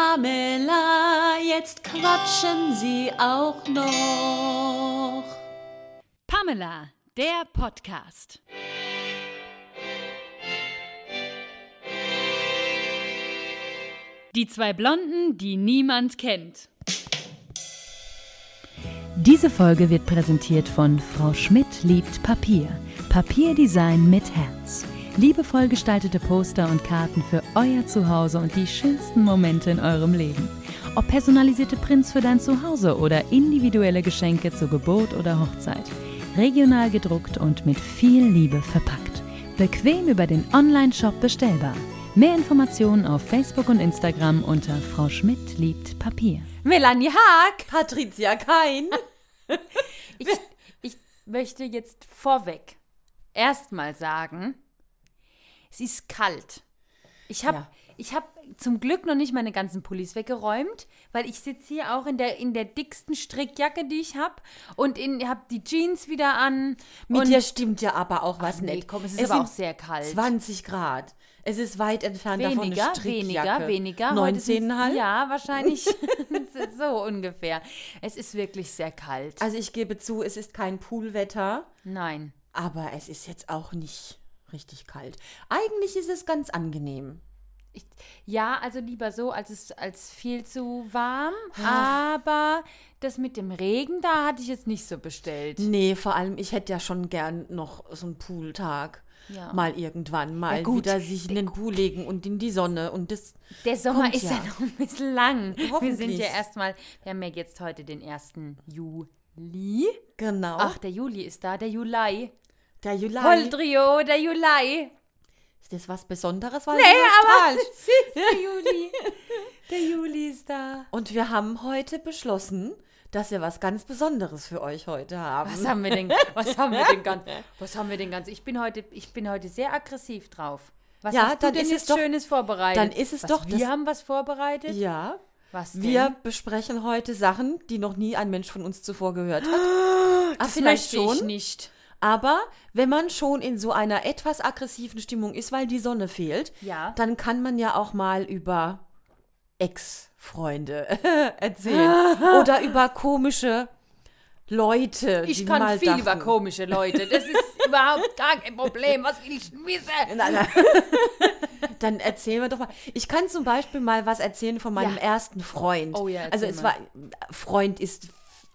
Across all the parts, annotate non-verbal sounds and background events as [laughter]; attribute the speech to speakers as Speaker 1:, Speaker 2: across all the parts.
Speaker 1: Pamela, jetzt quatschen Sie auch noch.
Speaker 2: Pamela, der Podcast. Die zwei Blonden, die niemand kennt.
Speaker 3: Diese Folge wird präsentiert von Frau Schmidt liebt Papier. Papierdesign mit Herz. Liebevoll gestaltete Poster und Karten für euer Zuhause und die schönsten Momente in eurem Leben. Ob personalisierte Prints für dein Zuhause oder individuelle Geschenke zur Geburt oder Hochzeit. Regional gedruckt und mit viel Liebe verpackt. Bequem über den Online-Shop bestellbar. Mehr Informationen auf Facebook und Instagram unter Frau Schmidt liebt Papier.
Speaker 4: Melanie Haag.
Speaker 1: Patricia Kein.
Speaker 4: Ich, ich möchte jetzt vorweg erstmal sagen, es ist kalt. Ich habe
Speaker 1: Ja.
Speaker 4: ich hab zum Glück noch nicht meine ganzen Pullis weggeräumt, weil ich sitze hier auch in der, in der dicksten Strickjacke, die ich habe. Und habe die Jeans wieder an.
Speaker 1: Mit
Speaker 4: und
Speaker 1: dir stimmt ja aber auch was
Speaker 4: Ach nee,
Speaker 1: nicht.
Speaker 4: komm, es ist aber
Speaker 1: sind
Speaker 4: auch sehr kalt.
Speaker 1: 20 Grad. Es ist weit entfernt davon
Speaker 4: Weniger,
Speaker 1: eine Strickjacke.
Speaker 4: weniger, weniger. Heute sind's-
Speaker 1: 19,5?
Speaker 4: Ja, wahrscheinlich. [laughs] so ungefähr. Es ist wirklich sehr kalt.
Speaker 1: Also ich gebe zu, es ist kein Poolwetter,
Speaker 4: Nein.
Speaker 1: aber es ist jetzt auch nicht richtig kalt. Eigentlich ist es ganz angenehm.
Speaker 4: Ich, ja, also lieber so, als es als viel zu warm.
Speaker 1: Ah.
Speaker 4: Aber das mit dem Regen, da hatte ich jetzt nicht so bestellt.
Speaker 1: Nee, vor allem, ich hätte ja schon gern noch so einen Pooltag.
Speaker 4: Ja.
Speaker 1: Mal irgendwann, mal
Speaker 4: gut,
Speaker 1: wieder sich in den Pool legen und in die Sonne und das.
Speaker 4: Der Sommer
Speaker 1: Kommt
Speaker 4: ist ja.
Speaker 1: ja.
Speaker 4: noch ein bisschen lang. Wir sind
Speaker 1: Hoffentlich.
Speaker 4: ja erstmal, wir haben ja jetzt heute den 1. Juli.
Speaker 1: Genau.
Speaker 4: Ach, der Juli ist da, der Juli.
Speaker 1: der Juli.
Speaker 4: Holdrio, der
Speaker 1: [laughs]
Speaker 4: Juli.
Speaker 1: Ist das was Besonderes? Weil nee, aber.
Speaker 4: [laughs] Es ist der Juli. Der Juli ist da.
Speaker 1: Und wir haben heute beschlossen, dass wir was ganz Besonderes für euch heute haben.
Speaker 4: Was haben wir denn, was haben wir denn ganz, was haben wir denn ganz, ich bin heute, ich bin heute sehr aggressiv drauf. Was
Speaker 1: Ja,
Speaker 4: hast du
Speaker 1: dann
Speaker 4: denn
Speaker 1: ist es
Speaker 4: jetzt
Speaker 1: doch-
Speaker 4: Schönes vorbereitet?
Speaker 1: dann ist es
Speaker 4: was,
Speaker 1: doch
Speaker 4: wir
Speaker 1: das-
Speaker 4: haben was vorbereitet?
Speaker 1: Ja,
Speaker 4: Was denn?
Speaker 1: wir besprechen heute Sachen, die noch nie ein Mensch von uns zuvor
Speaker 4: [gasps]
Speaker 1: gehört hat. Ah,
Speaker 4: das möchte ich nicht.
Speaker 1: Aber wenn man schon in so einer etwas aggressiven Stimmung ist, weil die Sonne fehlt,
Speaker 4: Ja.
Speaker 1: dann kann man ja auch mal über Ex-Freunde [laughs]
Speaker 4: [laughs]
Speaker 1: erzählen. Oder über komische Leute. die
Speaker 4: Ich kann
Speaker 1: mal
Speaker 4: viel
Speaker 1: dachten.
Speaker 4: über komische Leute. Das
Speaker 1: [laughs]
Speaker 4: ist überhaupt gar kein Problem. Was will ich denn wissen?
Speaker 1: Nein, nein. Dann erzählen wir doch mal. Ich kann zum Beispiel mal was erzählen von meinem
Speaker 4: Ja.
Speaker 1: ersten Freund.
Speaker 4: Oh ja,
Speaker 1: also
Speaker 4: erzähl
Speaker 1: es
Speaker 4: mal.
Speaker 1: war Freund ist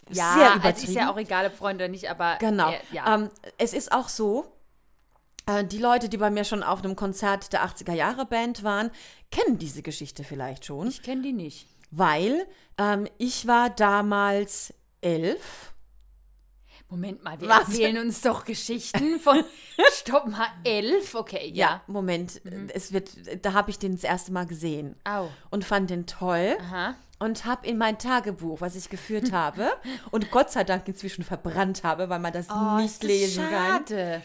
Speaker 4: Ja,
Speaker 1: sehr übertrieben.
Speaker 4: also ist ja auch egal, ob Freunde oder nicht, aber
Speaker 1: Genau.
Speaker 4: äh, ja.
Speaker 1: Ähm, es ist auch so, äh, die Leute, die bei mir schon auf einem Konzert der 80er-Jahre-Band waren, kennen diese Geschichte vielleicht schon,
Speaker 4: ich kenne die nicht.
Speaker 1: weil ähm, ich war damals elf.
Speaker 4: Moment mal, wir
Speaker 1: Warte.
Speaker 4: erzählen uns doch Geschichten
Speaker 1: [laughs]
Speaker 4: von Stopp mal elf, okay, ja. Mhm.
Speaker 1: Moment, es wird, da habe ich den das erste Mal gesehen
Speaker 4: Au.
Speaker 1: und fand den toll.
Speaker 4: Aha.
Speaker 1: und habe in mein Tagebuch, was ich
Speaker 4: [laughs]
Speaker 1: geführt habe und Gott sei Dank inzwischen verbrannt habe, weil man das
Speaker 4: Oh,
Speaker 1: nicht
Speaker 4: ist das
Speaker 1: lesen kann,
Speaker 4: schade.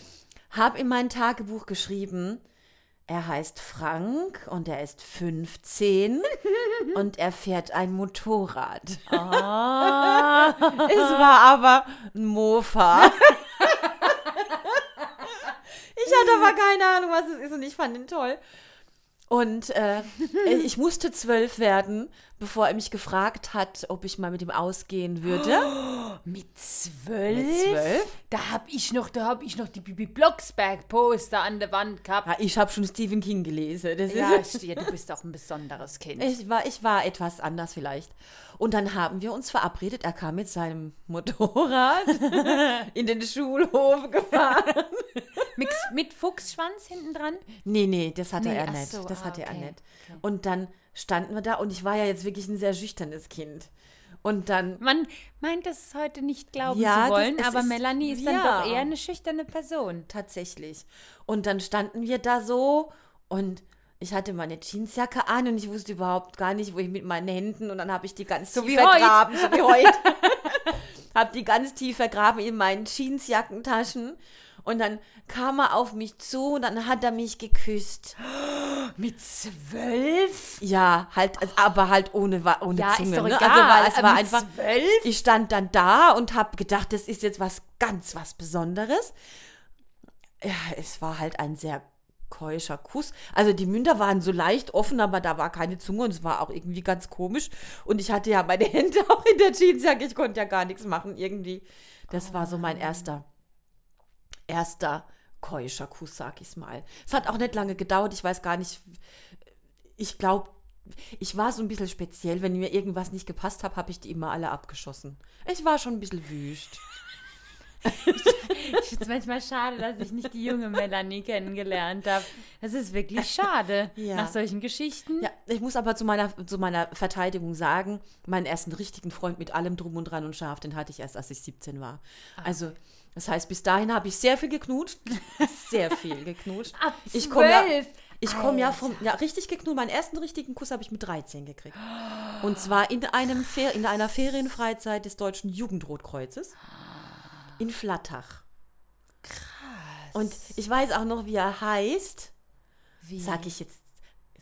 Speaker 1: habe in mein Tagebuch geschrieben, er heißt Frank und er
Speaker 4: [laughs]
Speaker 1: ist 15 und er fährt ein Motorrad.
Speaker 4: Oh.
Speaker 1: [laughs] es war aber ein
Speaker 4: [laughs]
Speaker 1: Mofa. [laughs] ich hatte aber keine Ahnung, was es ist und ich fand ihn toll. Und äh, ich musste zwölf werden, bevor er mich gefragt hat, ob ich mal mit ihm
Speaker 4: [gasps]
Speaker 1: ausgehen würde.
Speaker 4: Mit zwölf?
Speaker 1: Mit zwölf?
Speaker 4: Da hab ich noch, da hab ich noch die Bibi Blocksberg Poster an der Wand gehabt.
Speaker 1: Ja, ich habe schon Stephen King gelesen. Das
Speaker 4: Ja,
Speaker 1: ist,
Speaker 4: ja, du bist auch ein besonderes Kind.
Speaker 1: ich, war, ich war etwas anders vielleicht. Und dann haben wir uns verabredet. Er kam mit seinem [laughs] Motorrad in den
Speaker 4: [laughs]
Speaker 1: Schulhof gefahren.
Speaker 4: Mit, mit Fuchsschwanz hinten dran?
Speaker 1: Nee, nee, das hatte
Speaker 4: Nee,
Speaker 1: er
Speaker 4: ach
Speaker 1: nicht.
Speaker 4: so,
Speaker 1: das
Speaker 4: ah,
Speaker 1: hatte er
Speaker 4: okay,
Speaker 1: nicht. Und dann standen wir da und ich war ja jetzt wirklich ein sehr schüchternes Kind. Und dann
Speaker 4: Man meint das heute nicht glauben
Speaker 1: Ja,
Speaker 4: zu
Speaker 1: das-
Speaker 4: wollen,
Speaker 1: es
Speaker 4: aber
Speaker 1: ist-
Speaker 4: Melanie ist dann
Speaker 1: ja.
Speaker 4: doch eher eine schüchterne Person.
Speaker 1: tatsächlich. Und dann standen wir da so und ich hatte meine Jeansjacke an und ich wusste überhaupt gar nicht, wo ich mit meinen Händen und dann habe ich die ganz
Speaker 4: So
Speaker 1: tief
Speaker 4: wie heut.
Speaker 1: vergraben, so wie
Speaker 4: [laughs]
Speaker 1: heute. [laughs] habe die ganz tief vergraben in meinen Jeansjackentaschen und dann kam er auf mich zu und dann hat er mich geküsst.
Speaker 4: Mit zwölf?
Speaker 1: Ja, halt, also, aber halt ohne, Wa- ohne
Speaker 4: Ja,
Speaker 1: Zunge.
Speaker 4: ist doch
Speaker 1: ne?
Speaker 4: egal.
Speaker 1: Also, weil es
Speaker 4: aber
Speaker 1: war
Speaker 4: mit
Speaker 1: einfach,
Speaker 4: zwölf?
Speaker 1: ich stand dann da und habe gedacht, das ist jetzt was ganz was Besonderes. Ja, es war halt ein sehr keuscher Kuss. Also die Münder waren so leicht offen, aber da war keine Zunge und es war auch irgendwie ganz komisch. Und ich hatte ja meine [laughs] Hände auch in der Jeansjacke, ich konnte ja gar nichts machen irgendwie. Das war so mein
Speaker 4: Ah.
Speaker 1: erster, erster keuscher Kuss, sag ich's mal. Es hat auch nicht lange gedauert, ich weiß gar nicht, ich glaube, ich war so ein bisschen speziell, wenn mir irgendwas nicht gepasst hat, habe ich die immer alle abgeschossen. Ich war schon ein bisschen wüst.
Speaker 4: Ich finde es manchmal schade, dass ich nicht die junge Melanie kennengelernt habe. Das ist wirklich schade
Speaker 1: Ja.
Speaker 4: nach solchen Geschichten.
Speaker 1: Ja, ich muss aber zu meiner, zu meiner Verteidigung sagen, meinen ersten richtigen Freund mit allem Drum und Dran und Scharf, den hatte ich erst, als ich 17 war.
Speaker 4: Ah,
Speaker 1: Also, das heißt, bis dahin habe ich sehr
Speaker 4: [laughs]
Speaker 1: viel geknutscht. Sehr viel geknutscht.
Speaker 4: Ab
Speaker 1: ich komme ja,
Speaker 4: zwölf.
Speaker 1: ich komm ja vom, ja, richtig geknutscht. Meinen ersten richtigen Kuss habe ich mit 13 gekriegt. Und zwar in, einem Fer in einer Ferienfreizeit des Deutschen Jugendrotkreuzes in Flattach. Krass. Und ich weiß auch noch, wie er heißt.
Speaker 4: Wie?
Speaker 1: Sag ich jetzt,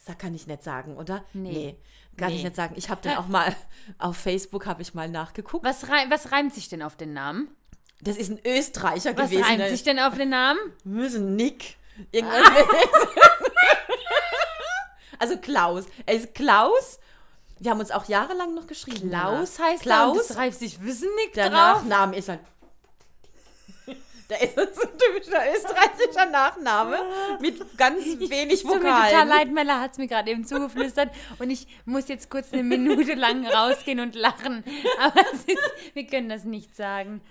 Speaker 1: sag, kann ich nicht sagen, oder?
Speaker 4: Nee.
Speaker 1: kann ich
Speaker 4: Nee.
Speaker 1: nicht sagen. Ich habe dann auch mal [laughs] auf Facebook habe ich mal nachgeguckt.
Speaker 4: Was, rei was reimt sich denn auf den Namen?
Speaker 1: Das ist ein Österreicher
Speaker 4: Was
Speaker 1: gewesen.
Speaker 4: reimt
Speaker 1: der-
Speaker 4: sich denn Ah. auf den Namen?
Speaker 1: Müssen Nick. Irgendwas gewesen. [laughs] Also Klaus. Er ist Klaus. Wir haben uns auch jahrelang noch geschrieben.
Speaker 4: Klaus
Speaker 1: Hanna.
Speaker 4: heißt er und
Speaker 1: Klaus.
Speaker 4: das reimt sich Wissen nicht
Speaker 1: Der
Speaker 4: drauf.
Speaker 1: Nachname ist [laughs] halt. Da ist so ein typischer österreichischer Nachname mit
Speaker 4: [laughs]
Speaker 1: ganz wenig
Speaker 4: Ah. Tut mir total
Speaker 1: Vokalen.
Speaker 4: leid, Mella hat es mir gerade eben zugeflüstert und ich muss jetzt kurz eine Minute lang rausgehen und lachen. Aber es ist, wir können das nicht
Speaker 1: [laughs]
Speaker 4: sagen.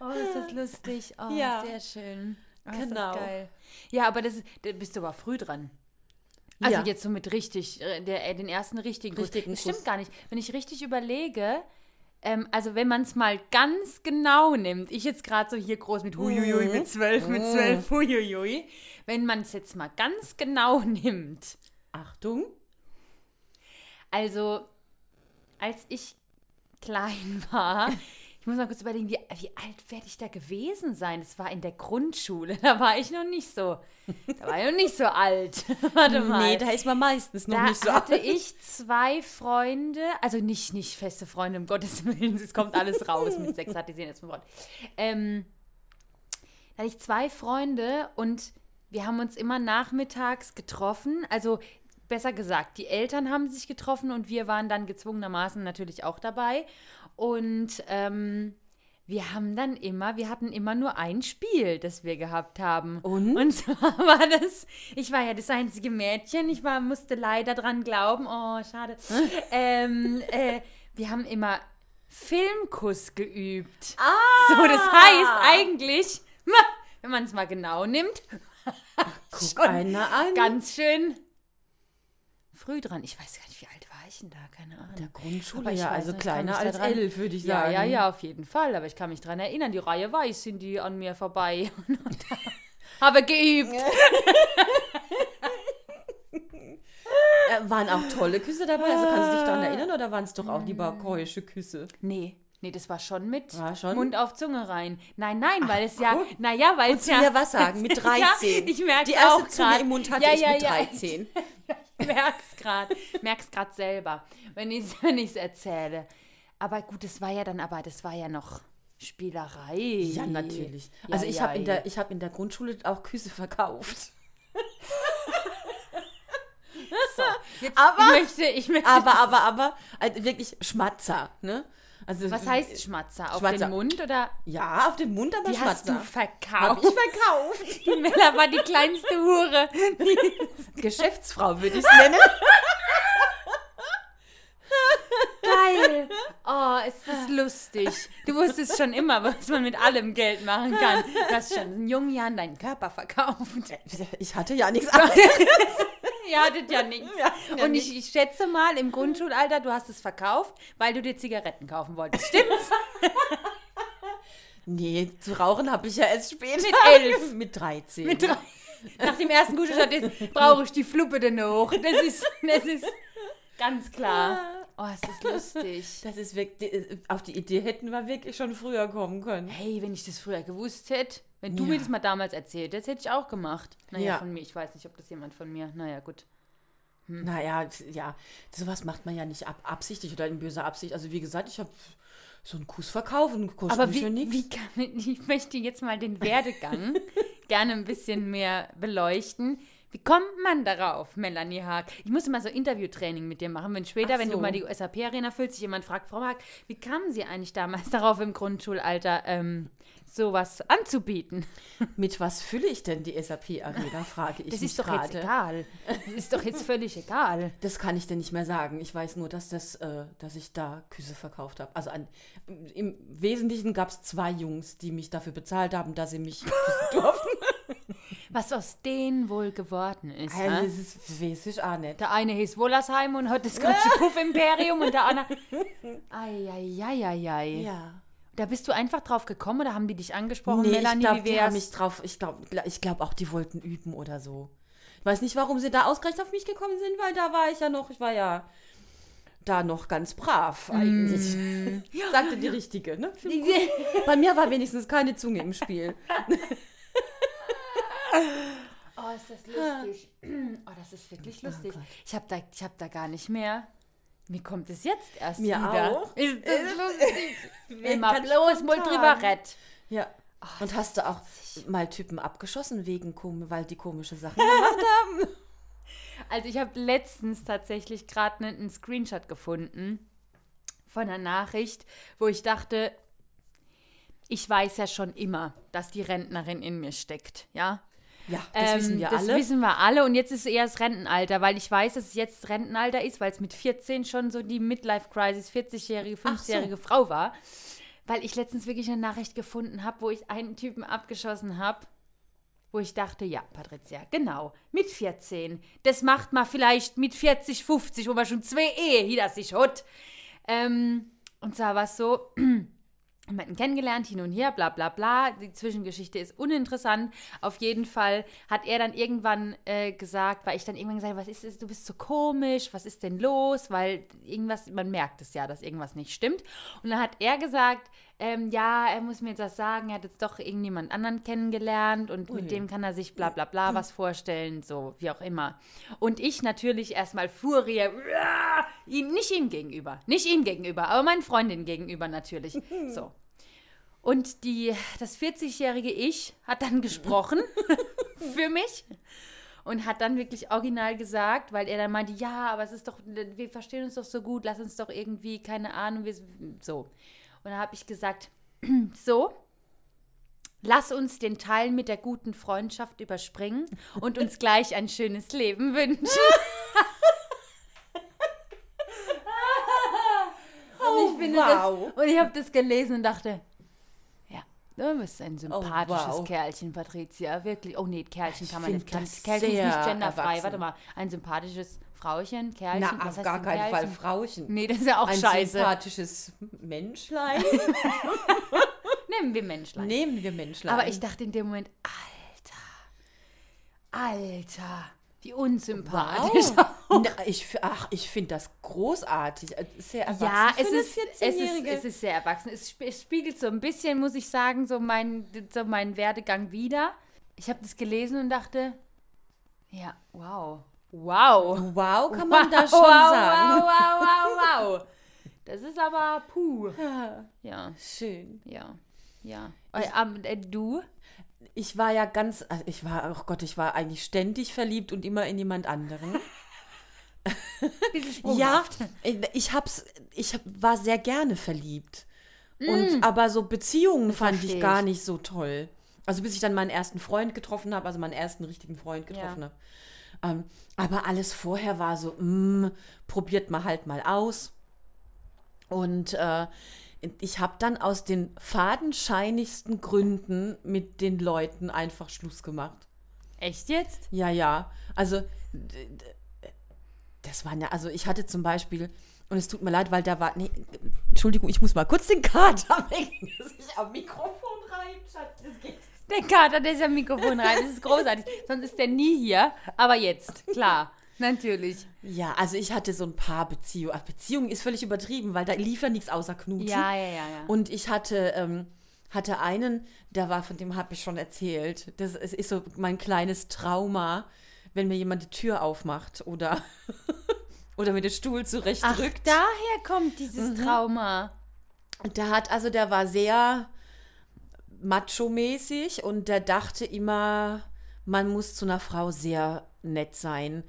Speaker 4: Oh, ist das lustig. Oh,
Speaker 1: Ja.
Speaker 4: sehr schön. Oh, ist das
Speaker 1: Genau.
Speaker 4: geil. Ja, aber das, ist- da bist du aber früh dran. Also
Speaker 1: Ja.
Speaker 4: jetzt so mit richtig, äh, der, äh, den ersten richtigen Kuss.
Speaker 1: Richtigen
Speaker 4: das
Speaker 1: Kuss.
Speaker 4: stimmt gar nicht. Wenn ich richtig überlege, ähm, also wenn man es mal ganz genau nimmt, ich jetzt gerade so hier groß mit
Speaker 1: Mhm.
Speaker 4: huiuiui, mit zwölf, mit zwölf, huiuiui. Wenn man es jetzt mal ganz genau [laughs] nimmt,
Speaker 1: Achtung.
Speaker 4: also als ich klein [laughs] war, ich muss mal kurz überlegen, wie, wie alt werde ich da gewesen sein? Das war in der Grundschule, [laughs] da war ich noch nicht so, da war ich noch nicht so alt. [laughs] Warte mal.
Speaker 1: Nee, da ist man meistens noch
Speaker 4: Da
Speaker 1: nicht so
Speaker 4: hatte
Speaker 1: alt.
Speaker 4: ich zwei Freunde, also nicht, nicht feste Freunde, um Gottes [laughs] Willen, es kommt alles raus mit sechs hatte ich jetzt von Gott. Ähm, da hatte ich zwei Freunde und wir haben uns immer nachmittags getroffen, also besser gesagt, die Eltern haben sich getroffen und wir waren dann gezwungenermaßen natürlich auch dabei und ähm, wir haben dann immer, wir hatten immer nur ein Spiel, das wir gehabt haben.
Speaker 1: Und?
Speaker 4: Und zwar [laughs] war das, ich war ja das einzige Mädchen, ich war, musste leider dran glauben, oh,
Speaker 1: [laughs]
Speaker 4: schade. ähm, äh, wir haben immer Filmkuss geübt. Ah! So, das heißt eigentlich, [laughs] wenn man es mal genau nimmt,
Speaker 1: Hm. Guck
Speaker 4: schon
Speaker 1: einer an.
Speaker 4: ganz schön früh dran. Ich weiß gar nicht, wie alt war ich denn da? Keine Ahnung.
Speaker 1: der Grundschule,
Speaker 4: Aber ich
Speaker 1: ja,
Speaker 4: weiß
Speaker 1: also
Speaker 4: noch, ich kann
Speaker 1: kleiner
Speaker 4: mich da
Speaker 1: als
Speaker 4: dran-
Speaker 1: elf, würde ich
Speaker 4: Ja,
Speaker 1: sagen.
Speaker 4: ja, ja, auf jeden Fall. Aber ich kann mich dran erinnern, die Reihe weiß sind die an mir
Speaker 1: [laughs]
Speaker 4: vorbei. [laughs] Und da Habe geübt.
Speaker 1: Äh, waren auch tolle Küsse dabei, also kannst du dich daran erinnern oder waren es doch auch lieber keusche Küsse?
Speaker 4: Nee. Nee, das war schon mit
Speaker 1: War schon?
Speaker 4: Mund auf Zunge rein. Nein, nein, weil es ja, naja, weil es
Speaker 1: Zu
Speaker 4: ja.
Speaker 1: mir was sagen, [laughs] mit 13.
Speaker 4: Ja, ich merke
Speaker 1: Die
Speaker 4: es
Speaker 1: erste
Speaker 4: auch
Speaker 1: Zunge
Speaker 4: gerade.
Speaker 1: im Mund hatte
Speaker 4: ja,
Speaker 1: ich
Speaker 4: ja,
Speaker 1: mit
Speaker 4: ja.
Speaker 1: 13.
Speaker 4: Ich [laughs] merk's gerade. Merk's gerade selber, wenn ich es wenn ich's [laughs] erzähle. Aber gut, das war ja dann aber, das war ja noch Spielerei.
Speaker 1: [laughs] Ja, natürlich.
Speaker 4: Ja,
Speaker 1: also ich
Speaker 4: ja,
Speaker 1: habe in,
Speaker 4: ja.
Speaker 1: der- ich hab in der Grundschule auch Küsse verkauft. [laughs]
Speaker 4: Aber ich möchte, ich möchte.
Speaker 1: Aber, aber, aber, also wirklich Schmatzer, ne? Also,
Speaker 4: was heißt Schmatzer? Auf
Speaker 1: Schmatzer.
Speaker 4: den Mund oder?
Speaker 1: Ja, auf dem Mund aber
Speaker 4: Die hast du
Speaker 1: Schmatzer. Hab
Speaker 4: verkauft.
Speaker 1: ich
Speaker 4: [laughs]
Speaker 1: verkauft.
Speaker 4: Die Mella war die kleinste
Speaker 1: [laughs]
Speaker 4: Hure.
Speaker 1: Geschäftsfrau würde ich es nennen. [laughs]
Speaker 4: Geil. [laughs] Oh, ist das lustig. Du wusstest schon immer, was man mit allem Geld machen kann. Du hast schon in jungen Jahren deinen Körper verkauft.
Speaker 1: Ich hatte ja nichts anderes.
Speaker 4: Ihr hattet [laughs] ja nichts.
Speaker 1: ja,
Speaker 4: Und ich, ich schätze mal, im Grundschulalter, du hast es verkauft, weil du dir Zigaretten kaufen wolltest. [laughs] Stimmt's?
Speaker 1: Nee, zu rauchen habe ich ja erst später.
Speaker 4: Mit elf.
Speaker 1: [laughs] Mit 13.
Speaker 4: Mit drei. Nach dem ersten Gutschein brauche ich die Fluppe denn noch. Das ist, das ist ganz klar. Oh, ist das lustig.
Speaker 1: Das ist wirklich, auf die Idee hätten wir wirklich schon früher kommen können.
Speaker 4: Hey, wenn ich das früher gewusst hätte, wenn du
Speaker 1: Ja.
Speaker 4: mir das mal damals erzählt hättest, hätte ich auch gemacht. Naja,
Speaker 1: Ja.
Speaker 4: von mir. Ich weiß nicht, ob das jemand von mir. Naja, gut. Hm.
Speaker 1: Naja, ja, sowas macht man ja nicht ab, absichtlich oder in böser Absicht. Also wie gesagt, ich habe so einen Kuss verkaufen kostet
Speaker 4: Aber
Speaker 1: mich
Speaker 4: wie,
Speaker 1: ja nichts.
Speaker 4: wie kann, ich [laughs] möchte jetzt mal den
Speaker 1: [laughs]
Speaker 4: Werdegang gerne ein bisschen mehr beleuchten. Wie kommt man darauf, Melanie Haag? Ich musste mal so Interviewtraining mit dir machen, wenn später,
Speaker 1: Ach
Speaker 4: wenn du
Speaker 1: so.
Speaker 4: mal die SAP-Arena füllst, sich jemand fragt, Frau Haag, wie kamen Sie eigentlich damals [laughs] darauf im Grundschulalter, ähm, sowas anzubieten?
Speaker 1: Mit was fülle ich denn die SAP-Arena, frage ich
Speaker 4: Das
Speaker 1: mich
Speaker 4: ist doch jetzt
Speaker 1: gerade.
Speaker 4: egal. Das ist doch jetzt völlig egal.
Speaker 1: Das kann ich dir nicht mehr sagen. Ich weiß nur, dass, das, äh, dass ich da Küsse verkauft habe. Also an, im Wesentlichen gab es zwei Jungs, die mich dafür bezahlt haben, dass sie mich küssen durften.
Speaker 4: Was aus denen wohl geworden ist. hä?
Speaker 1: Also, das ist- das weiß ich auch nicht.
Speaker 4: Der eine hieß Wollersheim und
Speaker 1: [laughs]
Speaker 4: hat das ganze Puff-Imperium und der andere. Eieieiei.
Speaker 1: Ja.
Speaker 4: Da bist du einfach drauf gekommen oder haben die dich angesprochen,
Speaker 1: nee,
Speaker 4: Melanie?
Speaker 1: ich glaube,
Speaker 4: wie
Speaker 1: die haben
Speaker 4: wär's?
Speaker 1: mich drauf. Ich glaube, ich glaub auch, die wollten üben oder so. Ich weiß nicht, warum sie da ausgerechnet auf mich gekommen sind, weil da war ich ja noch, ich war ja da noch ganz brav
Speaker 4: Mm.
Speaker 1: eigentlich.
Speaker 4: [laughs]
Speaker 1: Sagte die Richtige, ne? [laughs] Bei mir war wenigstens keine Zunge im Spiel.
Speaker 4: Oh, ist das lustig. [clears throat] Oh, das ist wirklich lustig. ich habe da, ich hab da gar nicht mehr. Mir kommt es jetzt erst
Speaker 1: Mir
Speaker 4: wieder.
Speaker 1: auch.
Speaker 4: Ist
Speaker 1: [laughs]
Speaker 4: das lustig? Wenn man
Speaker 1: kann
Speaker 4: bloß mal
Speaker 1: spontan.
Speaker 4: drüber redet.
Speaker 1: Ja. Und hast du auch mal Typen abgeschossen wegen kom weil die komische Sachen gemacht haben?
Speaker 4: Also ich habe letztens tatsächlich gerade einen, einen Screenshot gefunden von einer Nachricht, wo ich dachte, ich weiß ja schon immer, dass die Rentnerin in mir steckt, ja.
Speaker 1: Ja, das
Speaker 4: Ähm,
Speaker 1: wissen wir
Speaker 4: das
Speaker 1: alle.
Speaker 4: wissen wir alle. Und jetzt ist eher das Rentenalter, weil ich weiß, dass es jetzt Rentenalter ist, weil es mit 14 schon so die Midlife-Crisis, 40-jährige,
Speaker 1: Ach so.
Speaker 4: 50-jährige Frau war. Weil ich letztens wirklich eine Nachricht gefunden habe, wo ich einen Typen abgeschossen habe, wo ich dachte, ja, Patricia, genau, mit 14. Das macht man vielleicht mit 40, 50, wo man schon zwei Ehe hinter sich hat. Ähm, und zwar war es so, [clears throat] jemanden kennengelernt, hin und her, bla bla bla. Die Zwischengeschichte ist uninteressant. Auf jeden Fall hat er dann irgendwann äh, gesagt, weil ich dann irgendwann gesagt habe, was ist es, du bist so komisch, was ist denn los? Weil irgendwas, man merkt es ja, dass irgendwas nicht stimmt. Und dann hat er gesagt, ähm, ja, er muss mir jetzt was sagen, er hat jetzt doch irgendjemand anderen kennengelernt und mit dem kann er sich bla bla bla was vorstellen, so wie auch immer. Und ich natürlich erstmal Furie, uah, ihm, nicht ihm gegenüber, nicht ihm gegenüber, aber meinen Freundinnen gegenüber natürlich. So. Und die, das 40-jährige Ich hat dann gesprochen für mich und hat dann wirklich original gesagt, weil er dann meinte, ja, aber es ist doch, wir verstehen uns doch so gut, lass uns doch irgendwie, keine Ahnung, wir, so. Und da habe ich gesagt, [clears throat] so, lass uns den Teil mit der guten Freundschaft überspringen und uns gleich ein schönes Leben wünschen. und ich, finde
Speaker 1: wow.
Speaker 4: das, und ich habe das gelesen und dachte, ja, du bist ein sympathisches
Speaker 1: Oh, wow.
Speaker 4: Kerlchen, Patricia, wirklich. Oh nee, Kerlchen kann man
Speaker 1: find
Speaker 4: nicht. Kerl-
Speaker 1: das
Speaker 4: Kerlchen ist nicht
Speaker 1: sehr
Speaker 4: genderfrei.
Speaker 1: erwachsen.
Speaker 4: Warte mal, ein sympathisches Frauchen, Kerlchen.
Speaker 1: Na,
Speaker 4: was
Speaker 1: auf
Speaker 4: heißt
Speaker 1: gar
Speaker 4: denn
Speaker 1: keinen Fall
Speaker 4: Kerlchen?
Speaker 1: Frauchen.
Speaker 4: Nee, das ist ja auch
Speaker 1: Ein
Speaker 4: scheiße.
Speaker 1: sympathisches
Speaker 4: [laughs]
Speaker 1: Menschlein.
Speaker 4: Nehmen wir Menschlein.
Speaker 1: Nehmen wir Menschlein.
Speaker 4: Aber ich dachte in dem Moment, Alter, Alter, wie unsympathisch.
Speaker 1: Oh.
Speaker 4: [laughs]
Speaker 1: Na, ich, f- ach, ich finde das großartig. Äh, Sehr erwachsen
Speaker 4: Ja, es ist,
Speaker 1: für eine
Speaker 4: es, ist,
Speaker 1: 14-Jährige.
Speaker 4: es ist sehr erwachsen. Es sp- es spiegelt so ein bisschen, muss ich sagen, so meinen so meinen Werdegang wieder. Ich habe das gelesen und dachte, ja, wow. Wow.
Speaker 1: Wow, kann man da
Speaker 4: Wow,
Speaker 1: schon
Speaker 4: wow,
Speaker 1: sagen.
Speaker 4: Wow, wow, wow, wow. Das ist aber
Speaker 1: [laughs]
Speaker 4: puh. Ja,
Speaker 1: Schön.
Speaker 4: ja, ja. Äh, ähm, äh, du?
Speaker 1: Ich war ja ganz, also ich war, oh Gott, ich war eigentlich ständig verliebt und immer in jemand anderen. ja, ich hab's, ich hab, war sehr gerne verliebt. Und aber so Beziehungen fand
Speaker 4: Mm. versteh
Speaker 1: ich gar
Speaker 4: ich.
Speaker 1: nicht so toll. Also bis ich dann meinen ersten Freund getroffen habe, also meinen ersten richtigen Freund getroffen
Speaker 4: Ja.
Speaker 1: habe. Ähm, aber alles vorher war so, mm, probiert mal halt mal aus. Und äh, ich habe dann aus den fadenscheinigsten Gründen mit den Leuten einfach Schluss gemacht.
Speaker 4: Echt jetzt?
Speaker 1: Ja, ja. Also, d- d- das waren ja, also ich hatte zum Beispiel, und es tut mir leid, weil da war, nee, Entschuldigung, ich muss mal kurz den Kater [laughs] wecken, dass ich am Mikrofon reibe, Schatz, das geht.
Speaker 4: Der Kater, der ist am Mikrofon rein. Das ist großartig. Sonst ist der nie hier. Aber jetzt, klar. Natürlich.
Speaker 1: Ja, also ich hatte so ein paar Beziehungen. Beziehung ist völlig übertrieben, weil da lief ja nichts außer Knutschen.
Speaker 4: Ja, ja, ja, ja.
Speaker 1: Und ich hatte, ähm, hatte einen, der war, von dem habe ich schon erzählt. Das ist, ist so mein kleines Trauma, wenn mir jemand die Tür aufmacht oder, [laughs] oder mir den Stuhl
Speaker 4: Ach,
Speaker 1: zurechtrückt.
Speaker 4: Mhm. daher kommt dieses Trauma.
Speaker 1: Der hat, also der war sehr macho-mäßig und der dachte immer, man muss zu einer Frau sehr nett sein.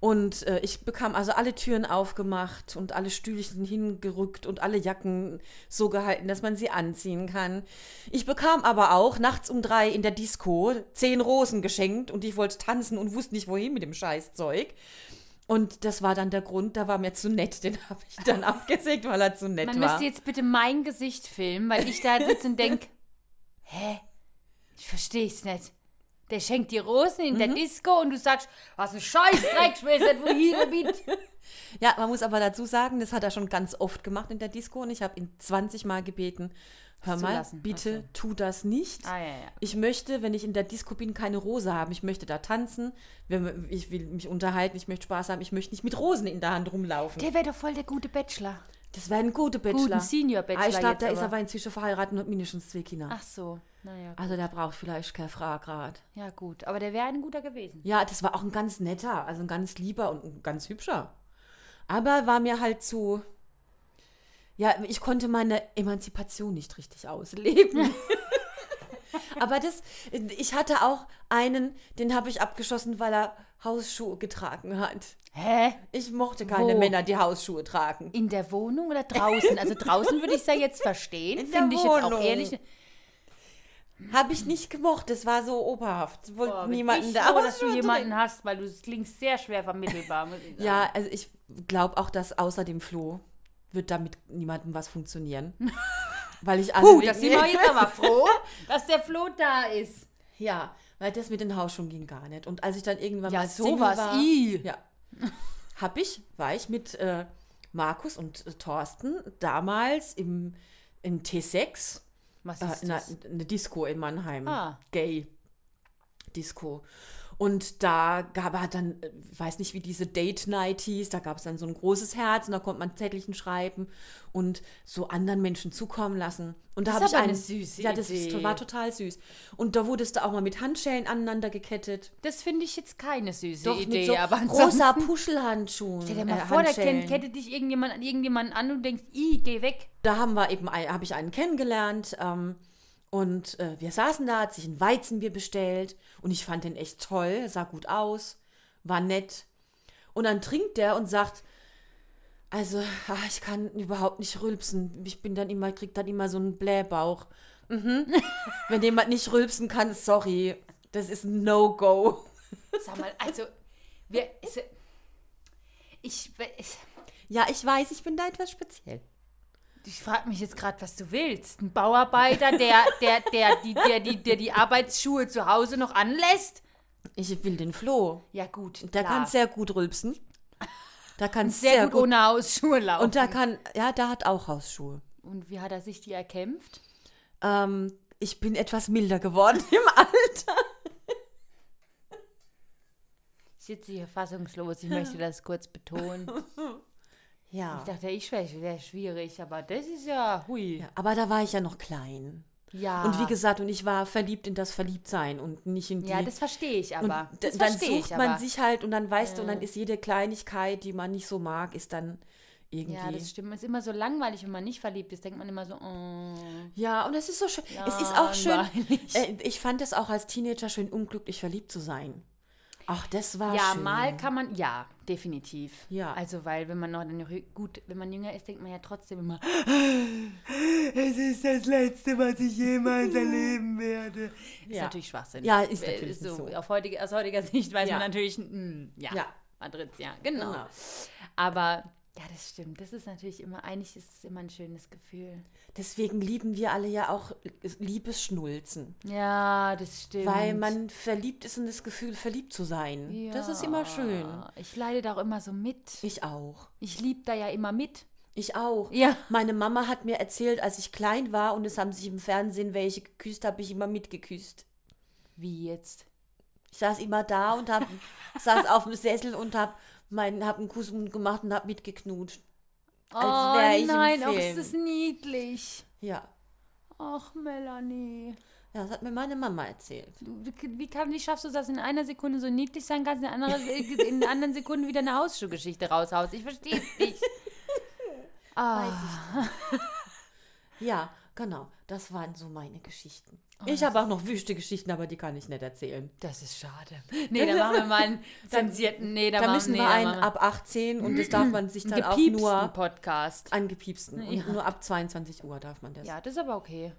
Speaker 1: Und äh, ich bekam also alle Türen aufgemacht und alle Stühlchen hingerückt und alle Jacken so gehalten, dass man sie anziehen kann. Ich bekam aber auch nachts um drei in der Disco zehn Rosen geschenkt und ich wollte tanzen und wusste nicht, wohin mit dem Scheißzeug. Und das war dann der Grund, da war mir zu nett, den [laughs] habe ich dann abgesägt, weil er zu nett
Speaker 4: Man
Speaker 1: war.
Speaker 4: müsste jetzt bitte mein Gesicht filmen, weil ich da sitze und [laughs] denke, hä? Ich verstehe es nicht. Der schenkt die Rosen in der Disco und du sagst, was ein Scheißdreck, ich weiß nicht, wo ich hier bin.
Speaker 1: Ja, man muss aber dazu sagen, das hat er schon ganz oft gemacht in der Disco und ich habe ihn 20 Mal gebeten, hör
Speaker 4: zu
Speaker 1: mal,
Speaker 4: lassen.
Speaker 1: bitte tu das
Speaker 4: [laughs]
Speaker 1: nicht.
Speaker 4: Ah, ja, ja.
Speaker 1: Ich möchte, wenn ich in der Disco bin, keine Rose haben. Ich möchte da tanzen, wir- ich will mich unterhalten, ich möchte Spaß haben, ich möchte nicht mit Rosen in der Hand rumlaufen.
Speaker 4: Der wäre doch voll der gute Bachelor.
Speaker 1: das wäre ein guter Bachelor.
Speaker 4: Guten Senior-Bachelor
Speaker 1: Ah, Ich glaube,
Speaker 4: jetzt
Speaker 1: der ist
Speaker 4: aber.
Speaker 1: aber inzwischen verheiratet und hat mindestens zwei Kinder.
Speaker 4: Ach so, naja.
Speaker 1: Also der braucht vielleicht keine Frage gerade.
Speaker 4: Ja gut, aber der wäre ein guter gewesen.
Speaker 1: Ja, das war auch ein ganz netter, also ein ganz lieber und ein ganz hübscher. Aber war mir halt zu. Ja, ich konnte meine Emanzipation nicht
Speaker 4: [laughs]
Speaker 1: richtig ausleben. Aber das, ich hatte auch einen, den habe ich abgeschossen, weil er Hausschuhe getragen hat.
Speaker 4: Hä?
Speaker 1: Ich mochte keine
Speaker 4: Wo?
Speaker 1: Männer, die Hausschuhe tragen.
Speaker 4: In der Wohnung oder draußen? Also draußen würde ich es ja jetzt verstehen,
Speaker 1: In der
Speaker 4: finde ich jetzt auch
Speaker 1: Wohnung.
Speaker 4: ehrlich.
Speaker 1: Habe ich nicht gemocht, das war so oberhaft. Wollte
Speaker 4: Boah, bin
Speaker 1: niemanden
Speaker 4: ich
Speaker 1: da
Speaker 4: froh, dass du
Speaker 1: Hausschuhe
Speaker 4: jemanden hast, weil du klingst sehr schwer vermittelbar. muss ich sagen.
Speaker 1: Ja, also ich glaube auch, dass außer dem Flo wird damit niemandem was
Speaker 4: [laughs]
Speaker 1: funktionieren. Weil ich alle
Speaker 4: Puh,
Speaker 1: wegen-
Speaker 4: da sind wir jetzt [laughs] aber froh, dass der Flo da ist.
Speaker 1: Ja, weil das mit den Hausschuhen ging gar nicht. Und als ich dann irgendwann
Speaker 4: Ja,
Speaker 1: mal Single
Speaker 4: sowas,
Speaker 1: war,
Speaker 4: i.
Speaker 1: ja, hab ich, war ich mit äh, Markus und äh, Thorsten damals im, im T6
Speaker 4: Was
Speaker 1: äh,
Speaker 4: ist
Speaker 1: in einer-
Speaker 4: das?
Speaker 1: eine Disco in Mannheim.
Speaker 4: Ah.
Speaker 1: Gay Disco. Und da gab er dann, äh, weiß nicht, wie diese Date Night hieß, da gab es dann so ein großes Herz und da konnte man Zettelchen schreiben und so anderen Menschen zukommen lassen. Und da
Speaker 4: Das
Speaker 1: habe
Speaker 4: ist
Speaker 1: ich
Speaker 4: aber eine
Speaker 1: einen-
Speaker 4: süße
Speaker 1: Ja, das ist-
Speaker 4: Idee.
Speaker 1: war total süß. Und da wurdest du auch mal mit Handschellen aneinander gekettet.
Speaker 4: Das finde ich jetzt keine süße
Speaker 1: Doch,
Speaker 4: Idee,
Speaker 1: mit so
Speaker 4: aber
Speaker 1: rosa
Speaker 4: ansonsten-
Speaker 1: Puschelhandschuhen.
Speaker 4: Stell dir
Speaker 1: äh,
Speaker 4: mal vor, da
Speaker 1: Handschellen.
Speaker 4: kennt, kettet dich irgendjemand an irgendjemanden an und denkst, i, geh weg.
Speaker 1: da haben wir eben, ein- habe ich einen kennengelernt ähm, und äh, wir saßen da, hat sich ein Weizenbier bestellt und ich fand den echt toll, sah gut aus, war nett. Und dann trinkt der und sagt, also ah, ich kann überhaupt nicht rülpsen, ich bin dann immer, krieg dann immer so einen Blähbauch. [laughs] Mhm. Wenn jemand nicht rülpsen kann, sorry, das ist ein No-Go.
Speaker 4: Sag mal, also, wir, es- ich, ich,
Speaker 1: Ja, ich weiß, ich bin da etwas speziell.
Speaker 4: Ich frage mich jetzt gerade, was du willst. Ein Bauarbeiter, der, der, der, die, der, die, der die Arbeitsschuhe zu Hause noch anlässt?
Speaker 1: Ich will den Flo.
Speaker 4: Ja, gut.
Speaker 1: Der
Speaker 4: klar.
Speaker 1: kann sehr gut rülpsen. Da kann
Speaker 4: sehr, gut, ohne Hausschuhe laufen.
Speaker 1: Und da kann, ja, da hat auch Hausschuhe.
Speaker 4: Und wie hat er sich die erkämpft?
Speaker 1: Ähm, ich bin etwas milder geworden [laughs] im Alter.
Speaker 4: Ich sitze hier fassungslos. Ich möchte das kurz betonen.
Speaker 1: [laughs] Ja.
Speaker 4: Ich dachte, ich wäre schwierig, aber das ist ja. Hui.
Speaker 1: ja. Aber da war ich ja noch klein.
Speaker 4: Ja.
Speaker 1: Und wie gesagt, und ich war verliebt in das Verliebtsein und nicht in die.
Speaker 4: Ah. Ja, das verstehe ich aber.
Speaker 1: und d-
Speaker 4: das
Speaker 1: dann
Speaker 4: verstehe
Speaker 1: sucht
Speaker 4: ich
Speaker 1: man
Speaker 4: aber.
Speaker 1: sich halt und dann weißt du, und dann ist jede Kleinigkeit, die man nicht so mag, ist dann irgendwie.
Speaker 4: Ja, das stimmt. Es ist immer so langweilig, wenn man nicht verliebt ist. Denkt man immer so, oh.
Speaker 1: Ja, und es ist so schön. es ist auch schön.
Speaker 4: Langweilig.
Speaker 1: Äh, ich fand das auch als Teenager schön unglücklich verliebt zu sein. Ach, das war
Speaker 4: Ja,
Speaker 1: Ah, schön.
Speaker 4: mal kann man, ja, definitiv.
Speaker 1: Ja.
Speaker 4: Also, weil wenn man noch dann jü- gut, wenn man jünger ist, denkt man ja trotzdem
Speaker 1: [gasps]
Speaker 4: immer, es ist das Letzte, was ich jemals [laughs] erleben werde. Ist
Speaker 1: Ja.
Speaker 4: natürlich Schwachsinn.
Speaker 1: Ja, ist
Speaker 4: Äh,
Speaker 1: natürlich
Speaker 4: so.
Speaker 1: nicht so.
Speaker 4: Auf heutige, aus heutiger Sicht weiß
Speaker 1: Ja.
Speaker 4: man natürlich, mm, ja,
Speaker 1: Ja.
Speaker 4: Madrid, ja, genau.
Speaker 1: Genau.
Speaker 4: Aber ja, das stimmt. Das ist natürlich immer, eigentlich ist es immer ein schönes Gefühl.
Speaker 1: Deswegen lieben wir alle ja auch Liebesschnulzen.
Speaker 4: Ja, das stimmt.
Speaker 1: Weil man verliebt ist und das Gefühl, verliebt zu sein. Das ist immer schön.
Speaker 4: Ich leide da auch immer so mit.
Speaker 1: Ich auch.
Speaker 4: Ich liebe da ja immer mit.
Speaker 1: Ich auch.
Speaker 4: Ja.
Speaker 1: Meine Mama hat mir erzählt, als ich klein war und es haben sich im Fernsehen welche geküsst, habe ich immer mitgeküsst.
Speaker 4: Wie jetzt?
Speaker 1: Ich saß immer da
Speaker 4: [laughs]
Speaker 1: und hab, saß auf dem Sessel und habe hab einen Kuss gemacht und habe mitgeknutscht. Als wäre ich im
Speaker 4: nein,
Speaker 1: Film.
Speaker 4: oh, ist das niedlich.
Speaker 1: Ja.
Speaker 4: Ach, Melanie.
Speaker 1: ja, das hat mir meine Mama erzählt.
Speaker 4: Du, wie, kann, wie schaffst du das in einer Sekunde so niedlich sein kannst, in,
Speaker 1: [laughs]
Speaker 4: anderer, in der anderen Sekunde wieder eine
Speaker 1: [laughs]
Speaker 4: Hausschuhgeschichte raushaust? Ich verstehe es nicht. Ah,
Speaker 1: Ja, genau. Das waren so meine Geschichten.
Speaker 4: Oh,
Speaker 1: ich habe auch noch wüste Geschichten, aber die kann ich nicht erzählen.
Speaker 4: Das ist schade. Nee, da machen wir mal
Speaker 1: [laughs]
Speaker 4: einen zensierten. Nee, da,
Speaker 1: Da
Speaker 4: machen
Speaker 1: müssen
Speaker 4: nee,
Speaker 1: wir
Speaker 4: da
Speaker 1: einen
Speaker 4: machen wir-
Speaker 1: ab 18 und das darf man sich dann auch
Speaker 4: gepiepsten
Speaker 1: nur
Speaker 4: Podcast.
Speaker 1: angepiepsten. Und nur ab 22 Uhr darf man das.
Speaker 4: Ja, das ist aber okay.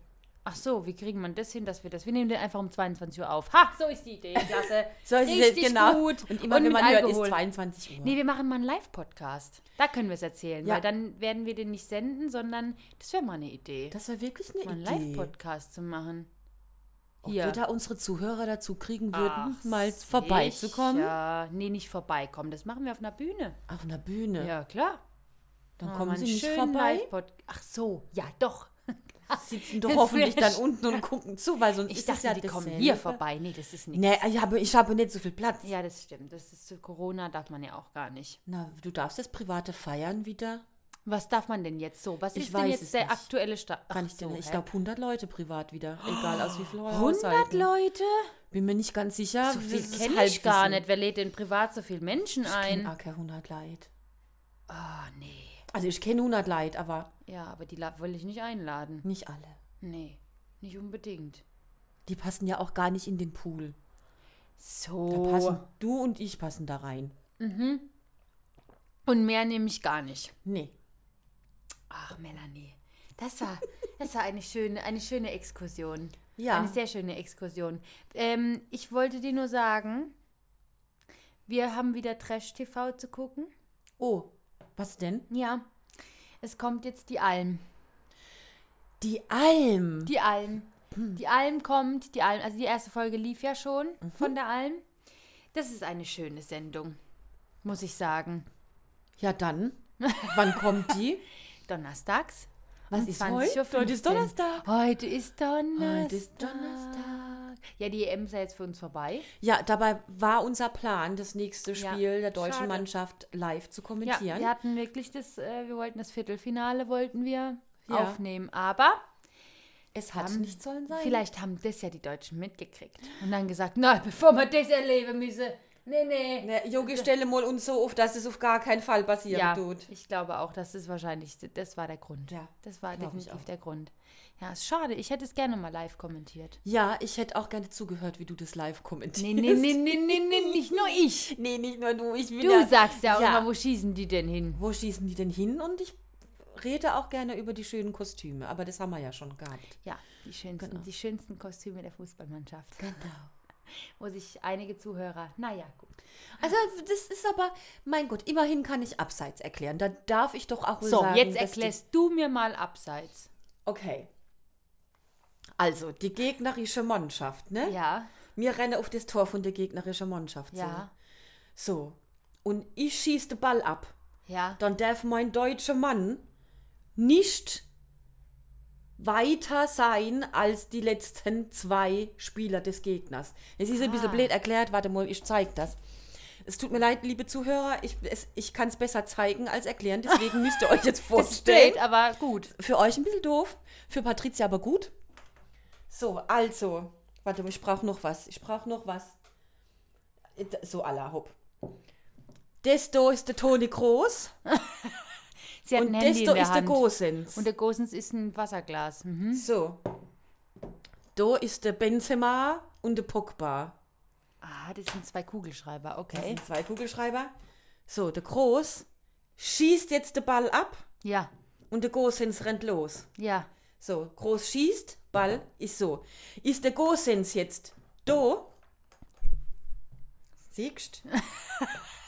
Speaker 4: Ach so, wie kriegen man das hin, dass wir das? Wir nehmen den einfach um 22 Uhr auf. Ha, so ist die Idee. Klasse.
Speaker 1: [laughs] So ist es
Speaker 4: Richtig
Speaker 1: jetzt, genau.
Speaker 4: gut.
Speaker 1: Und immer wenn
Speaker 4: mit
Speaker 1: man hört,
Speaker 4: Alkohol.
Speaker 1: ist 22 Uhr.
Speaker 4: Nee, wir machen mal einen Live-Podcast. Da können wir es erzählen,
Speaker 1: Ja.
Speaker 4: weil dann werden wir den nicht senden, sondern das wäre mal eine Idee,
Speaker 1: das war wirklich eine
Speaker 4: mal einen
Speaker 1: Idee.
Speaker 4: Live-Podcast zu machen.
Speaker 1: Ob wir da unsere Zuhörer dazu kriegen würden, mal vorbeizukommen.
Speaker 4: Ja, nee, nicht vorbeikommen. Das machen wir auf einer Bühne.
Speaker 1: Auf einer Bühne.
Speaker 4: Ja, Oh, klar.
Speaker 1: Dann
Speaker 4: Machen wir
Speaker 1: kommen
Speaker 4: mal
Speaker 1: sie
Speaker 4: einen
Speaker 1: nicht
Speaker 4: schönen
Speaker 1: vorbei.
Speaker 4: Live-Pod- Ach so, ja, doch.
Speaker 1: Sitzen doch
Speaker 4: Das
Speaker 1: hoffentlich
Speaker 4: wär
Speaker 1: dann unten und gucken zu, weil sonst
Speaker 4: Ich
Speaker 1: ist
Speaker 4: dachte,
Speaker 1: es ja
Speaker 4: die kommen
Speaker 1: dasselbe.
Speaker 4: hier vorbei. Nee, das ist nicht.
Speaker 1: Nee, ich habe, ich habe nicht so viel Platz.
Speaker 4: Ja, das stimmt. Das ist zu Corona darf man ja auch gar nicht.
Speaker 1: Na, du darfst das private feiern wieder.
Speaker 4: Was darf man denn jetzt so? Was
Speaker 1: Ich
Speaker 4: ist denn
Speaker 1: weiß es
Speaker 4: jetzt der
Speaker 1: nicht.
Speaker 4: aktuelle Stand?
Speaker 1: Kann ich denn?
Speaker 4: so,
Speaker 1: ich
Speaker 4: hä? Oh,
Speaker 1: glaube 100 Leute privat wieder, egal aus wie viel
Speaker 4: 100 Leute?
Speaker 1: Bin mir nicht ganz sicher.
Speaker 4: So
Speaker 1: das
Speaker 4: viel
Speaker 1: ist
Speaker 4: kenne ich gar
Speaker 1: Halbwissen.
Speaker 4: nicht. Wer lädt denn privat so viele Menschen
Speaker 1: Ich kenne
Speaker 4: ein?
Speaker 1: auch kein 100 Leid.
Speaker 4: Ah, nee.
Speaker 1: Also ich kenne 100 Leid, aber
Speaker 4: Ja, aber die la- will ich nicht einladen.
Speaker 1: nicht alle.
Speaker 4: Nee, nicht unbedingt.
Speaker 1: Die passen ja auch gar nicht in den Pool. Da
Speaker 4: So.
Speaker 1: passen du und ich passen da rein.
Speaker 4: Und mehr nehme ich gar nicht.
Speaker 1: Nee.
Speaker 4: Ach, Melanie. Das war, das war eine, schöne, eine schöne Exkursion.
Speaker 1: Ja.
Speaker 4: Eine sehr schöne Exkursion. Ähm, ich wollte dir nur sagen, wir haben wieder Trash-TV zu gucken.
Speaker 1: Oh, was denn?
Speaker 4: Ja. Es kommt jetzt die Alm.
Speaker 1: Die Alm.
Speaker 4: Die Alm. Die Alm kommt, die Alm. Also die erste Folge lief ja schon
Speaker 1: Mhm.
Speaker 4: von der Alm. Das ist eine schöne Sendung, muss ich sagen. [laughs]
Speaker 1: Ja, dann. Wann kommt die?
Speaker 4: Donnerstags.
Speaker 1: Was
Speaker 4: um
Speaker 1: ist
Speaker 4: 20
Speaker 1: heute? Heute ist Donnerstag.
Speaker 4: Heute ist Donnerstag.
Speaker 1: Heute ist Donnerstag.
Speaker 4: Ja, die EM ist ja jetzt für uns vorbei.
Speaker 1: Ja, dabei war unser Plan, das nächste
Speaker 4: Ja,
Speaker 1: Spiel der deutschen
Speaker 4: schade.
Speaker 1: Mannschaft live zu
Speaker 4: Ja,
Speaker 1: kommentieren.
Speaker 4: wir hatten wirklich das, äh, wir wollten das Viertelfinale wollten wir
Speaker 1: Ja.
Speaker 4: aufnehmen, aber
Speaker 1: Es hat nicht sollen sein.
Speaker 4: vielleicht haben das ja die Deutschen mitgekriegt und dann gesagt, na, bevor wir das erleben müssen, nee, nee.
Speaker 1: Ne, Jogi, stelle mal uns so auf, dass es auf gar keinen Fall passieren
Speaker 4: Ja,
Speaker 1: tut.
Speaker 4: ich glaube auch, das ist wahrscheinlich, das war der Grund.
Speaker 1: Ja,
Speaker 4: das war
Speaker 1: glaub ich
Speaker 4: definitiv
Speaker 1: auch.
Speaker 4: der Grund. Ja, ist schade, ich hätte es gerne mal live kommentiert.
Speaker 1: Ja, ich hätte auch gerne zugehört, wie du das live kommentierst.
Speaker 4: Nee, nee, nee, nee, nee, nee, nicht nur ich.
Speaker 1: Nee, nicht nur du, ich bin
Speaker 4: Du
Speaker 1: ja-
Speaker 4: sagst ja auch immer, wo schießen die denn hin?
Speaker 1: Wo schießen die denn hin? Und ich rede auch gerne über die schönen Kostüme, aber das haben wir ja schon gehabt.
Speaker 4: Ja, die schönsten, die schönsten Kostüme der Fußballmannschaft.
Speaker 1: Genau.
Speaker 4: [laughs] Wo sich einige Zuhörer, naja, gut.
Speaker 1: Also das ist aber, mein Gott, immerhin kann ich abseits erklären. Da darf ich doch auch
Speaker 4: So,
Speaker 1: sagen,
Speaker 4: jetzt
Speaker 1: dass die-
Speaker 4: erklärst du mir mal abseits.
Speaker 1: Okay. Also, die gegnerische Mannschaft, ne?
Speaker 4: Ja,
Speaker 1: Mir renne auf das Tor von der gegnerischen Mannschaft. zu.
Speaker 4: ja,
Speaker 1: So. Und ich schieße den Ball ab.
Speaker 4: ja.
Speaker 1: Dann darf mein deutscher Mann nicht weiter sein als die letzten zwei Spieler des Gegners. Es ist ein bisschen blöd erklärt. Warte mal, ich zeige das. Es tut mir leid, liebe Zuhörer, ich, es- ich kann es besser zeigen als erklären, deswegen müsst ihr euch jetzt vorstellen
Speaker 4: Blöd, aber gut.
Speaker 1: für euch ein bisschen doof, für Patricia aber gut. So, also, warte, ich brauche noch was. Ich brauche noch was. Äh, So, Allah, hopp. Desto ist der Toni groß
Speaker 4: Sie hat
Speaker 1: und
Speaker 4: ein Handy
Speaker 1: desto
Speaker 4: in der
Speaker 1: ist der
Speaker 4: Hand.
Speaker 1: Gosens.
Speaker 4: Und der Gosens ist ein Wasserglas. Mhm.
Speaker 1: so. Da ist der Benzema und der Pogba.
Speaker 4: Ah, das sind zwei Kugelschreiber,
Speaker 1: Das
Speaker 4: okay.
Speaker 1: sind zwei Kugelschreiber. So, der Groß schießt jetzt den Ball ab
Speaker 4: Ja,
Speaker 1: und der Gosens rennt los.
Speaker 4: ja.
Speaker 1: So, groß schießt, Ball ist so. Ist der Gosens jetzt do? Siegst?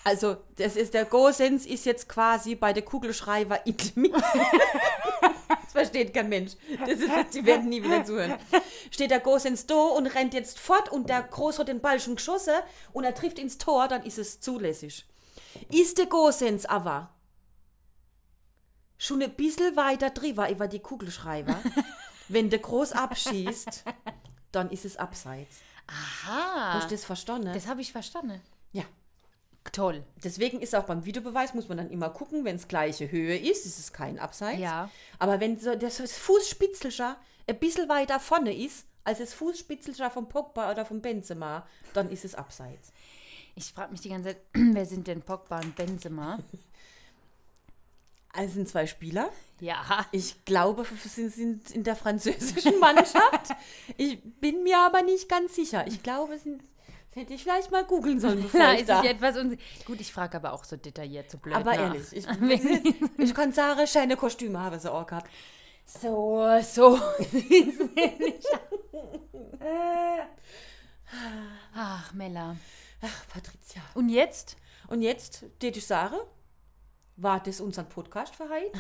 Speaker 1: Also, das ist der Gosens ist jetzt quasi bei der Kugelschreiber in der Mitte. Das versteht kein Mensch. Das ist, die werden nie wieder zuhören. Steht der Gosens do und rennt jetzt fort und der Groß hat den Ball schon geschossen und er trifft ins Tor, dann ist es zulässig. Ist der Gosens aber schon ein bisschen weiter drüber über die Kugelschreiber.
Speaker 4: [laughs]
Speaker 1: Wenn der groß abschießt, dann ist es abseits.
Speaker 4: Ah,
Speaker 1: Hast du das verstanden?
Speaker 4: das habe ich verstanden.
Speaker 1: ja.
Speaker 4: Toll.
Speaker 1: Deswegen ist auch beim Videobeweis, muss man dann immer gucken, wenn es gleiche Höhe ist, ist es kein Abseits.
Speaker 4: Ja.
Speaker 1: Aber wenn so das Fußspitzelscher ein bisschen weiter vorne ist, als das Fußspitzelscher vom Pogba oder vom Benzema, dann ist es Abseits.
Speaker 4: [clears throat]
Speaker 1: [laughs]
Speaker 4: Ich frage mich die ganze Zeit, wer sind denn Pogba und Benzema?
Speaker 1: Also es sind zwei Spieler.
Speaker 4: [laughs] Ja.
Speaker 1: Ich glaube, sie sind in der französischen Mannschaft. Ich bin mir aber nicht ganz sicher. Ich glaube, es sind, das hätte ich vielleicht mal googeln sollen, bevor
Speaker 4: Da
Speaker 1: ich
Speaker 4: ist
Speaker 1: da.
Speaker 4: ich etwas unsi- Gut, ich frage aber auch so detailliert, so blöd.
Speaker 1: Aber
Speaker 4: nach.
Speaker 1: ehrlich, ich,
Speaker 4: [laughs]
Speaker 1: ich kann sagen, schöne Kostüme habe sie auch gehabt.
Speaker 4: So, so. [laughs] Ach, Mella.
Speaker 1: Ach, Patricia.
Speaker 4: Und jetzt?
Speaker 1: Und jetzt, tät ich sagen, war das unseren Podcast für heute?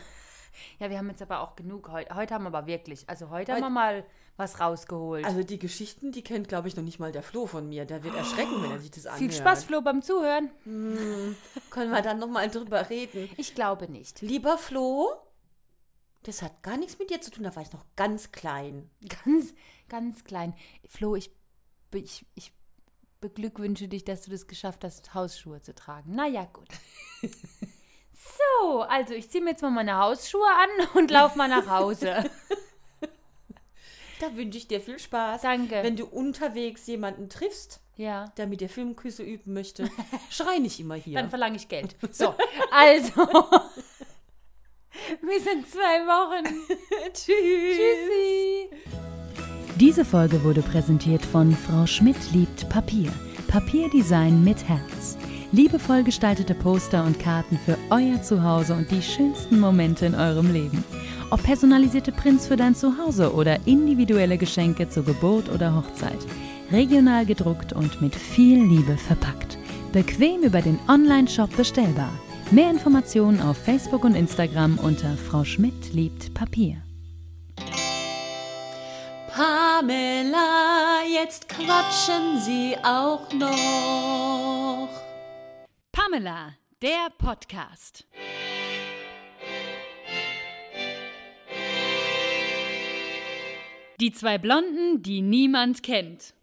Speaker 4: Ja, wir haben jetzt aber auch genug heute. Heute haben wir aber wirklich, also heute haben
Speaker 1: Heut-
Speaker 4: wir mal was rausgeholt.
Speaker 1: Also die Geschichten, die kennt, glaube ich, noch nicht mal der Flo von mir. Der wird erschrecken, wenn er sich das anhört.
Speaker 4: Viel Spaß, Flo, beim Zuhören.
Speaker 1: Können wir dann nochmal drüber reden.
Speaker 4: Ich glaube nicht. [laughs]
Speaker 1: Lieber Flo, das hat gar nichts mit dir zu tun. Da war ich noch ganz klein.
Speaker 4: Ganz, ganz klein. Flo, ich, be- ich, ich beglückwünsche dich, dass du das geschafft hast, Hausschuhe zu tragen. Naja, gut. [laughs] So, also ich ziehe mir jetzt mal meine Hausschuhe an und laufe mal nach Hause.
Speaker 1: Da wünsche ich dir viel Spaß.
Speaker 4: Danke.
Speaker 1: Wenn du unterwegs jemanden triffst,
Speaker 4: [laughs] Ja.
Speaker 1: der mit dir Filmküsse üben möchte, [laughs] schrei nicht immer hier.
Speaker 4: Dann verlange ich Geld. [laughs] So, also. Wir sind zwei [laughs] Wochen.
Speaker 1: Tschüss.
Speaker 4: Tschüssi.
Speaker 3: Diese Folge wurde präsentiert von Frau Schmidt liebt Papier. Papierdesign mit Herz. Liebevoll gestaltete Poster und Karten für euer Zuhause und die schönsten Momente in eurem Leben. Ob personalisierte Prints für dein Zuhause oder individuelle Geschenke zur Geburt oder Hochzeit. Regional gedruckt und mit viel Liebe verpackt. Bequem über den Online-Shop bestellbar. Mehr Informationen auf Facebook und Instagram unter Frau Schmidt liebt Papier.
Speaker 1: Pamela, jetzt quatschen sie auch noch.
Speaker 2: Pamela, der Podcast. Die zwei Blonden, die niemand kennt.